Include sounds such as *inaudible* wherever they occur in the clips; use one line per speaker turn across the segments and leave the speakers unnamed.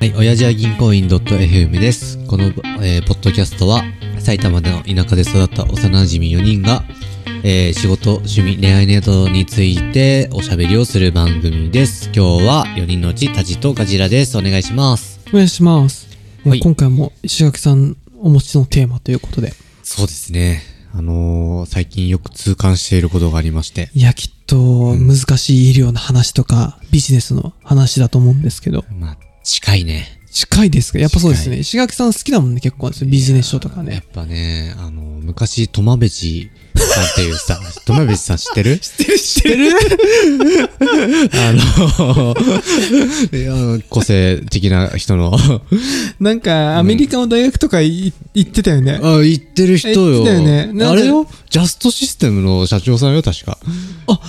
はい、親父は銀行員 .fm です。この、えーポッドキャストは、埼玉の田舎で育った幼馴染4人が、えー仕事、趣味、恋愛などについておしゃべりをする番組です。今日は4人のうち、タジとガジラです。お願いします。
お願いします。
はい
今回も石垣さんお持ちのテーマということで。
そうですね。あのー最近よく痛感していることがありまして。
いや、きっと難しい医療の話とか、ビジネスの話だと思うんですけど。
まあ、近いね。
近いですかやっぱそうです
近
ね。石垣さん好きだもんね、結構。ビジネス書とか
やっ
ね。
ぱね、あのー昔、トマベジさんっていうさ、トマベジさん *laughs* 知ってる
知ってる知ってる
あの、いやあの個性的な人の。
なんか、アメリカの大学とかい行ってたよね。
あ、言ってる人よ。
言ってたよねなんか
あれよジャストシステムの社長さんよ、確か。
あ、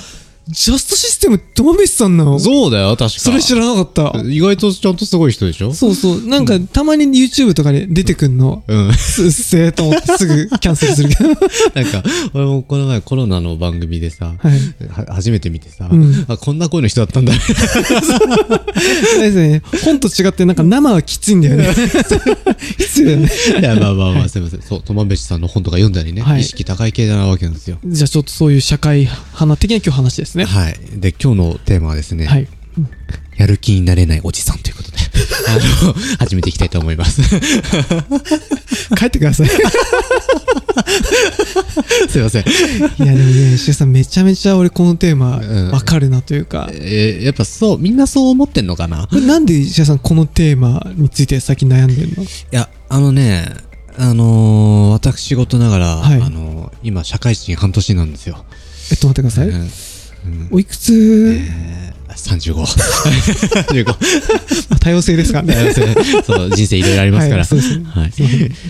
ジャストシステム、トマベシさんなのそ
そうだよ、確か。
れ知らなかった。
意外とちゃんとすごい人でしょ
そうそう。なんか、たまに YouTube とかで出てくんの。
うん。 *laughs*
すうっせーと思ってすぐキャンセルする *laughs* けど。
なんか、俺もこの前コロナの番組でさ、
はい。
は初めて見てさ、
うん
あ、こんな声の人だったんだね。
そうですね。本と違ってなんか生はきついんだよ *laughs* ね。必要だよね。
いや、まあまあまあ、すいません。そう、トマベシさんの本とか読んだりね、
はい
意識高い系なわけなんですよ。
じゃあちょっとそういう社会派的な今日話ですね。
はい。で、今日のテーマはですね、
はい。
やる気になれないおじさんという
*laughs*
ことで、あの、始めていきたいと思います。 *laughs*
帰ってく *laughs* ださい。い
すいません。
やでもね、石井さんめちゃめちゃ俺このテーマ
うん
わかるなというか。
えーやっぱそう、みんなそう思ってんのかな
これなんで石井さんこのテーマについて最近悩んでるの
いや、あのね、あのー私仕事ながら、
はい
あのー今、社会人半年なんですよ。
えっと待ってください。
うん
おいくつ、
えー、35。35。
まあ多様性ですからね。
*laughs* そう、人生いろいろありますから。
はいそうですね
はい。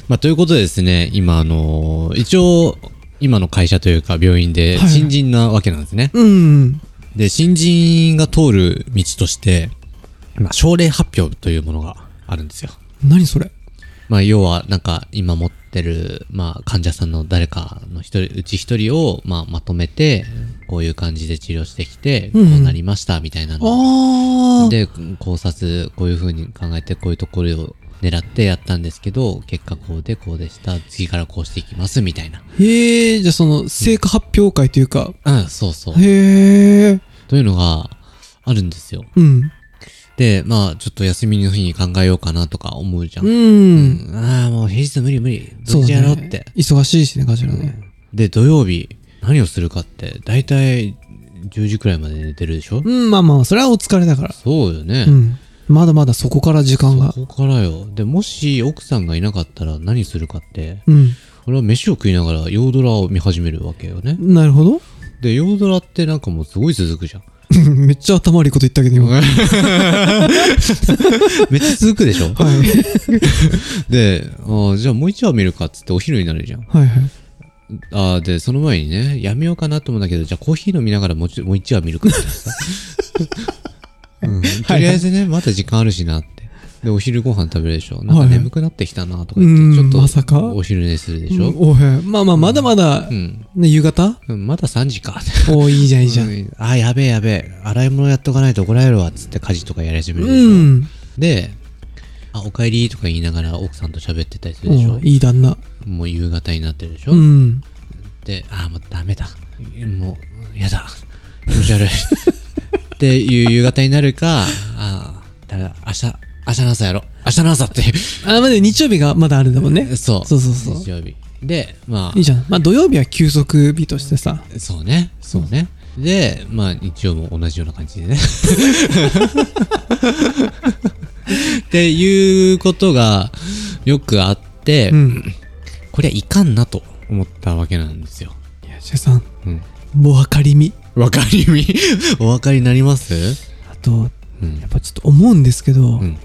まあ、ということでですね、今、あのー一応、今の会社というか病院で
はい
新人なわけなんですね。
うん。
で、新人が通る道として、まあ、症例発表というものがあるんですよ。
何それ
まあ、要は、なんか、今持ってる、まあ、患者さんの誰かの一人、うち一人を、まあ、まとめて、こういう感じで治療してきて、こ
うんうん
うなりました、みたいなの。
ああ。
で、考察、こういう風に考えて、こういうところを狙ってやったんですけど、結果こうで、こうでした、次からこうしていきます、みたいな。
へえ、じゃあその成果発表会というか。
うん、そうそう。
へえ。
というのが、あるんですよ。
うん。
で、まあ、ちょっと休みの日に考えようかなとか思うじゃん。
うん。
ああ、もう平日無理無理。どっちやろうって。
ね、忙しいしねガジラね
で、土曜日、何をするかって、だいたい10時くらいまで寝てるでしょ、
うん、まあまあそれはお疲れだから
そうよね。
うんまだまだそこから時間が
ここからよ。で、もし奥さんがいなかったら何するかって、
うん
俺は飯を食いながら夜ドラを見始めるわけよね。
なるほど *laughs*
で、夜ドラってなんかもうすごい続くじゃん。
めっちゃ頭悪いこと言ったけど今、
めっちゃ続くでしょ *laughs* で、あーじゃあもう一話見るかっつってお昼になるじゃん。
はいはい
ああ、で、その前にね、やめようかなと思うんだけど、じゃあコーヒー飲みながらもうちょもう一話見るかみたいなさ。うん、 *laughs* とりあえずね、まだ時間あるしなって。で、お昼ご飯食べるでしょ。なんか
はい
眠くなってきたなとか言って、
うん
ちょっと、
まさか
お昼寝するでしょ。
おへまあまあまだまだ、
うん。
ね、夕方
うんまだ3時か。
おいいじゃんいいじゃん
う、んあ、やべえやべえ。洗い物やっとかないと怒られるわ。っつって家事とかやり始めるでしょ。
うん、
で、あ、お帰りとか言いながら奥さんと喋ってたりするでしょ
お。いい旦那
もう夕方になってるでしょ。
うん
で、ああ、もうダメだ。もう、やだ。気持ち
*laughs*
悪い。っていう夕方になるか、ああ、だめだ。明日、明日の朝やろう。明日の朝って。
あまだ日曜日がまだあるんだもんね
そう。
そうそうそう
日曜日。で、ま
いいじゃんまあ土曜日は休息日としてさ
あ、そうね。そうね。で、まあ、日曜も同じような感じで
*laughs*
ね。っていうことがよくあって、
うん
これはいかんなと思ったわけなんですよ。
いやシェさん
うん。
もう分かりみ
わかりみ *laughs* お分かりになります
あと
うん
や。っぱちょっと思うんですけど、
うんうん。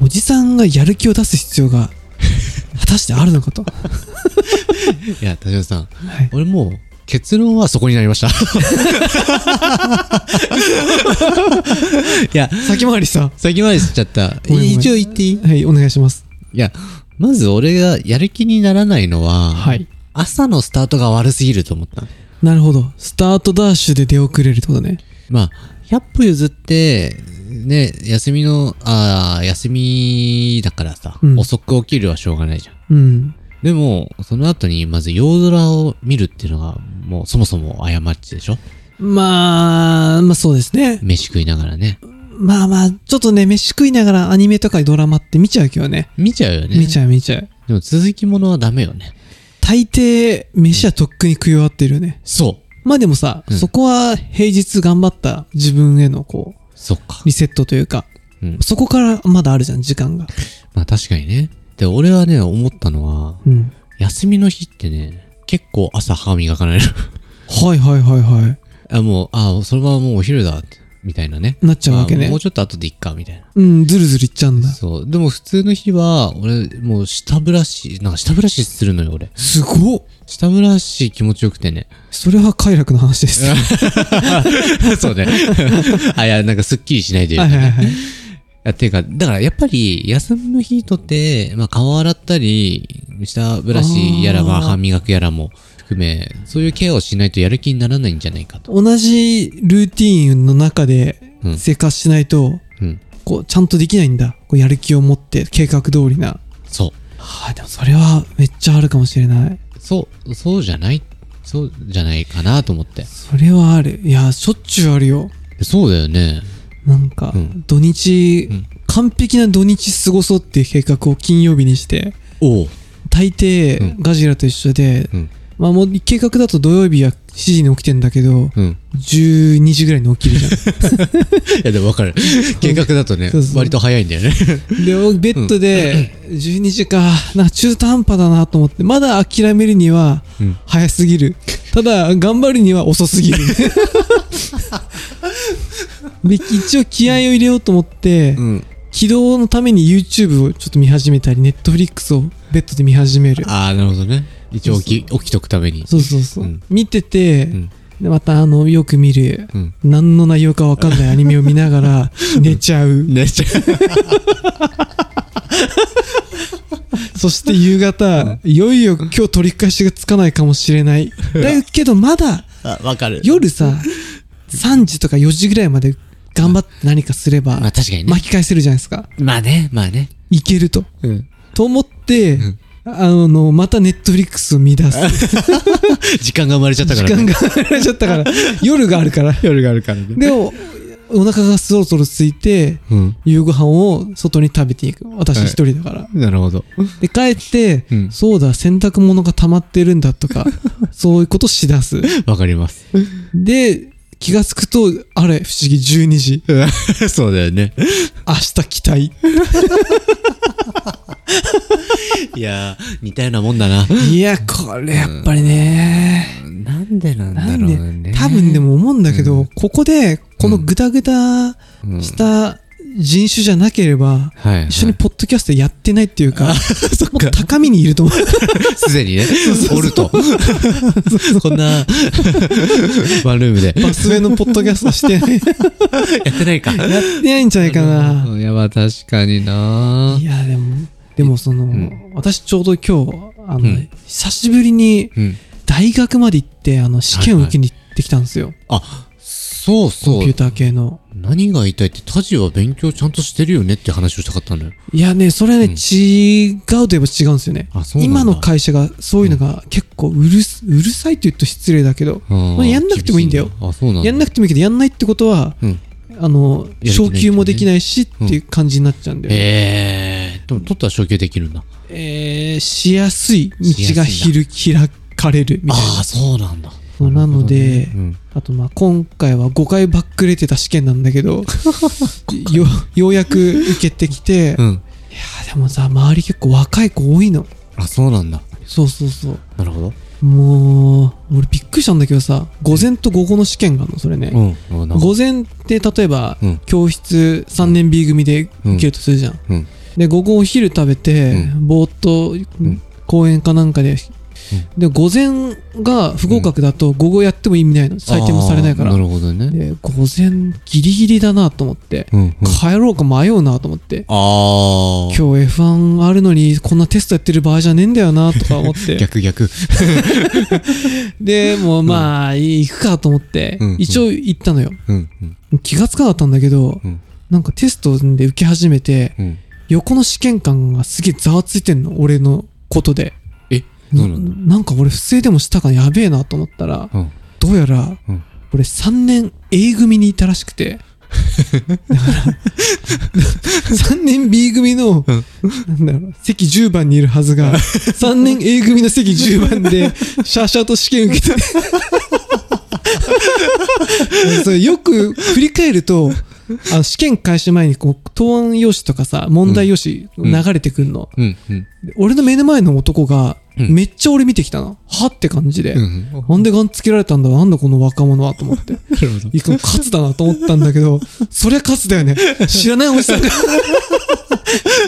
おじさんがやる気を出す必要が
*laughs*
果たしてあるのかと。
いや、田島さん、
はい
俺もう結論はそこになりま
*laughs*
した。いや、
先回りさ。
先までしちゃった。
ごめんごめん
一応言っていい
はい、お願いします。
いや、まず俺がやる気にならないのは、
はい。
朝のスタートが悪すぎると思った。
なるほど。スタートダッシュで出遅れるってことね。
まあ、100歩譲って、ね、休みの、ああ、休みだからさ、
うん
遅く起きるはしょうがないじゃん。
うん。
でも、その後にまず夜空を見るっていうのが、もうそもそも過ちでしょ
まあ、まあそうですね。
飯食いながらね。
まあまあ、ちょっとね、飯食いながらアニメとかドラマって見ちゃうけどね。
見ちゃうよね。
見ちゃう見ちゃう。
でも続きものはダメよね。
大抵、飯はとっくに食い終わってるよね。
そう。
まあでもさ、
うん
そこは平日頑張った自分へのこう、
そっか。
リセットというか、
うん。
そこからまだあるじゃん、時間が。
まあ確かにね。で、俺はね、思ったのは、
うん。
休みの日ってね、結構朝歯磨かないの。
はいはいはいは
*laughs* あ、もう、あ、そのままもうお昼だ、みたいなね。
い。なっちゃうわけ
あ
ね
もう。ちょっと後でいっか、みたいな。
うん、ずるずるいっちゃうんだ。
そう。でも普通の日は、俺、もう下ブラシ、なんか下ブラシするのよ、俺。
すごっ
下ブラシ気持ちよくてね。 *laughs*
それは快楽の話です。は
そうね。 *laughs* あ、いや、なんかすっきりしないとい
い
か
うはい
ね。
はい。
あていうか、だからやっぱり、休みの日とって、まあ顔洗ったり、下ブラシやら、
あー
まあ歯磨くやらも含め、そういうケアをしないとやる気にならないんじゃないかと。
同じルーティーンの中で
うん
生活しないと、
うん。
こう、ちゃんとできないんだ。こう、やる気を持って、計画通りな。
そう。
はい、でもそれはめっちゃあるかもしれない。
そう、そうじゃない、そうじゃないかなと思って。
それはある。いや、しょっちゅうあるよ。
そうだよね。
なんか、
うん
土日、
うん
完璧な土日過ごそうっていう計画を金曜日にして、
おう。
大抵、
うん
ガジラと一緒で、
うん。
まあもう計画だと土曜日は7時に起きてんだけど、
*laughs* うん。
12時ぐらいに起きる
*laughs*
じゃん。
いや、でもわか *laughs* る。計画だとね
そうそう、
割と早いんだよね。
で、おベッドで、12時か、なんか中途半端だなと思って、まだ諦めるには
うん、
早すぎる。ただ、頑張るには遅
*laughs*
すぎる。で、一応気合を入れようと思って、
うん。
起動のために YouTube をちょっと見始めたり、Netflix をベッドで見始める。
*laughs* ああ、なるほどね。一応起き、起きとくために。
そうそうそう。
うん
見てて、
ん
でまたあの、よく見る、
うん。
何の内容かわかんないアニメを見な
*laughs*
がら、寝ちゃう。
寝ちゃう。
そして夕方、いよいよ今日取り返しがつかないかもしれない。だけどまだ
あ、わかる。
夜さ、3時とか4時ぐらいまで頑張って何かすれば
まあ、確かにね。
巻き返せるじゃないですか。
まあね、まあね。
いけると。
うん。
と思って
うん、
あの、またネットフリックスを見出す。
時間が生まれちゃった
時
から
間
ね。
があれちゃったから、夜があるから。
夜があるからね。
でも、お腹がそろそろ空いて、
うん。
夕ご飯を外に食べていく。私一人だから。
なるほど。
で、帰って、
うん
そうだ、洗濯物が溜まってるんだ
*laughs*
とか、そういうことしだす。
わかります。
で、気がつくと、あれ、不思議12時、
*laughs* そうだよね。
明日期 *laughs* 待。
いやー、似たようなもんだな。
いや、これやっぱりね、
なんでなんだ
な
ろうんね。
で、多分でも思うんだけど、
うん
ここで、このグダグダ
うん、
した人種じゃなければ、
はいはい。
一緒にポッドキャストやってないっていうか、もう高みにいると思う。
すでにね、おると。こんな、ワンルームで。
*laughs* バス上のポッドキャストしてない。や
やって *laughs* ないか。
って *laughs* ないんじゃないかな。
いや、まあ確かにない
や、でも、でもその、
ん
私ちょうど今日、あの、
うん
久しぶりに
うん。
大学まで行って、あの、試験を受けに行ってきたんですよ。
あ、そう
コ
そ
ンピュ
う
ー。ター系の。
何が言いたいって、タジは勉強ちゃんとしてるよねって話をしたかったのよ。
いやね、それはね、
うん
違うといえば違うんですよね。
あ、そうなんだ。
今の会社がそういうのが結構うるす、うるさいって言うと失礼だけど、
あー
やんなくてもいいんだよ
厳しあ、そうなんだ。
やんなくてもいいけど、やんないってことは、
うん。
あの、
やる気ない
昇給もできないしっていう感じになっちゃうんだよね。
ええー。でも取ったら昇級できるんだ。
えーしやすい道がひる開かれるみたいな
ああ、。そうなんだ。
そうなので
なるほどね
あとまあ今回は5回バックれてた試験なんだ
*laughs*
けど、よ、ようやく受けてきて、
う
い
ん。うん。
やーでもさ、周り結構若い子多いの。
あ、そうなんだ。
そうそうそう。
なるほど。
もう、俺びっくりしたんだけどさ、午前と午後の試験があるの、それね。
うん。あなんか
午前って例えば、
うん
教室3年 B 組で受けるとするじゃん。
うん。
で、午後お昼食べて、
う
ぼーっと、
ん
公園かなんかで、で、午前が不合格だと、午後やっても意味ないの。採点もされないから
あー。なるほどね。
で、午前ギリギリだなと思って、
うんうん。
帰ろうか迷うなと思って、
ああ。
今日 F1 あるのにこんなテストやってる場合じゃねえんだよなとか思って、
*laughs* 逆逆。
で、もうまあ、行くかと思って
うん、
一応行ったのよ。
うんうん。
気がつかなかったんだけど
うん、
なんかテストで受け始めて、
うん。
横の試験官がすげえざわついてんの、俺のことで。
え、ど
な
うなんだ
なんか俺不正でもしたかやべえなと思ったら、
うん。
どうやら
うん、
俺3年 A 組にいたらしくて。だから、3年 B 組の、なんだろう、席10番にいるはずが、3年 A 組の席10番で、シャーシャーと試験受けて。それよく振り返ると、あの試験開始前にこう答案用紙とかさ問題用紙
ん
流れてくんの、
うん。うん。
で俺の目の前の男が
うん
めっちゃ俺見てきたの、はって感じで、
うん。な
なんでガンつけられたんだなんだこの若者はと
*laughs*
思って。
るほど。
いいか勝つだなと思ったんだけど、そりゃ勝つだよね。知らないおじさんが。
*laughs*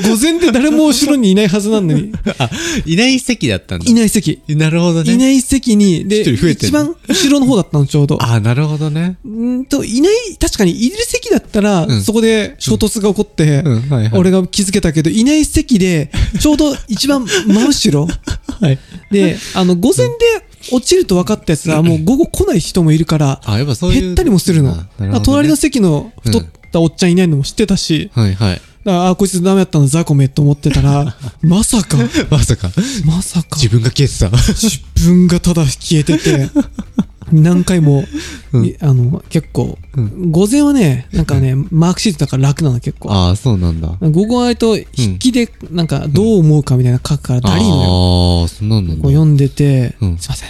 午前で誰も後ろにいないはずなのに、
あ、いない席だったんだ。
いない席。
なるほどね。
いない席に、で、
一人増えてんの
一番後ろの方だったの、ちょうど。
あ、なるほどね。
うんと、いない、確かにいる席だったら、
うん
そこで衝突が起こって、
うんはいはい
俺が気づけたけど、いない席で、ちょうど一番真後ろ。
*laughs* はい。
で、あの、午前で落ちると分かったやつは、もう午後来ない人もいるから、
あ、やっぱそういう。
減ったりもするの。
あ
だか
なる
ら
ほどね
隣の席の太ったおっちゃんいないのも知ってたし、
はいはい。
だからあ、こいつダメだったのザコメと思ってたら、まさか、
*laughs* まさか、
まさか、
自分が消えてた。
自分がただ消えてて、何回も、
うん
いあの、結構、
うん
午前はね、なんかね、マークシートだから楽なの結構。
ああ、そうなんだ。あ
午後は割と筆記で、なんか、どう思うかみたいなの書くから、だりーのよ。
あー、そんなんなん
こ
だ。
う読んでて、
うん
すいません、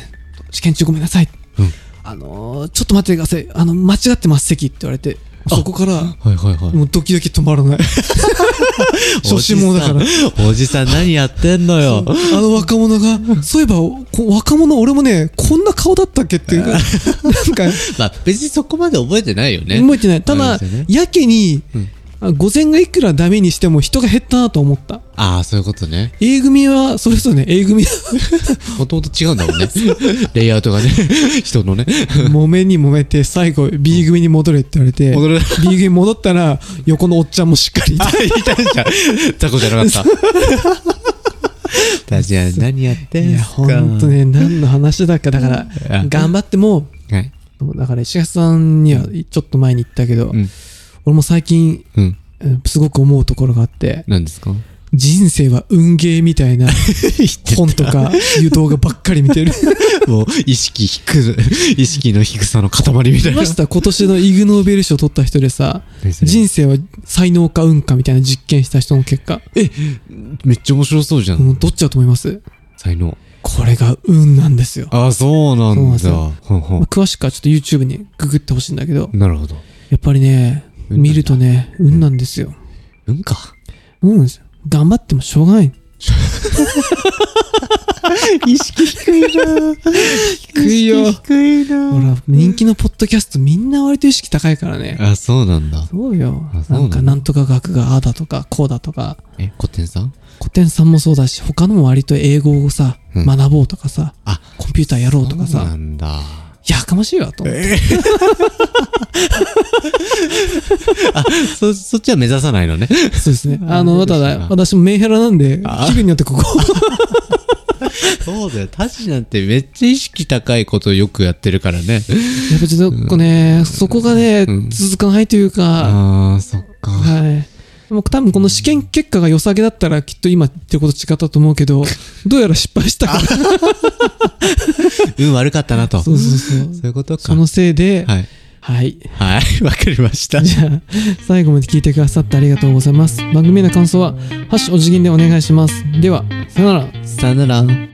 試験中ごめんなさい。
うん
あのー、ちょっと待ってください。あの、間違ってます、席って言われて、そこから、
はいはいはい。
もうドキドキ止まらない。初心者だから。
ら。おじさん何やってんのよ。
あの若者が、そういえば、こ若者、俺もね、こんな顔だったっけっていう、なんか、
まあ別にそこまで覚えてないよね。
覚えてない。た
あれ
だ
ですよね、
やけに
うん、
あ午前がいくらダメにしても人が減ったなと思った。
ああ、そういうことね。
A 組は、それぞれね、
*laughs*
A 組は、
もともと違うんだもんね。 *laughs* レイアウトがね、 *laughs* 人のね。
揉めに揉めて、最後、B 組に戻れって言われて、
戻れ
B 組に戻ったら、横のおっちゃんもしっか
*laughs*
りいた。
いたじゃん。タコじゃなかった。 *laughs* 確かに何やって
い
ん
や、
すか
ほんと。ね、何の話だっけだから
や、
頑張っても、
はい。
だから石橋さんにはちょっと前に言ったけど、
うん。
俺も最近、
うん。
うんすごく思うところがあって、
何ですか
人生は運ゲーみた
*laughs*
いな本とかいう動画ばっかり見てる。
もう、意識低く、 *laughs* 意識の低さの塊みた
見
いな
ま。した今年のイグ・ノーベル賞取った人でさ、
何それ
人生は才能か運かみたいな実験した人の結果、
めっちゃ面白そうじゃん。
もうどっちだと思います
才能。
これが運なんですよ。
ああ、そうな
そうなん
ん
です
だ
よ。
ほんほ
まあ
ん。
詳しくはちょっと YouTube にググってほしいんだけど、
なるほど。
やっぱりね、
運なんだ
見るとね、運なんですよ。
うんか。
運なんですよ。頑張ってもしょうがない。
*laughs* 意識低いな
*laughs* 低いよ。
低い
ほ
な
ら、人気のポッドキャストみんな割と意識高いからね。
あ、そうなんだ。
そうよ
あ。そう
な
なん
ん
だ
か、なんとか学がああだとか、こうだとか、
え、古典さん
古典さんもそうだし、他のも割と英語をさ、
うん
学ぼうとかさ、
あ、
コンピューターやろうとか
そうな
さ、
んだ。
いややかましいわ、と思って。
そ、 *laughs* そっちは目指さないのね。
そう *laughs* ですね。あ
あ
の、
ー
た
嬉しい
だ
な、
私もメンヘラなんで、
あー
気分によってここ、
そうだよ。タジなんてめっちゃ意識高いことよくやってるからね。
*laughs* やっぱちょっとこうね、そこがね
うん、
続かないというか、
ああ、そっか。
はい。もう多分この試験結果が良さげだったらきっと今言ってること違ったと思うけ *laughs* ど、どうやら失敗したから。
*laughs* 運悪かったなと。
そうそうそう。
そういうことか。
そのせいで、
はい。
はい。 *laughs*
はい。わ *laughs* かりました。
じゃあ、最後まで聞いてくださってありがと *laughs* うございます。番組への感想は、ハッシュお辞儀でお願いします。では、さよなら。
さよなら。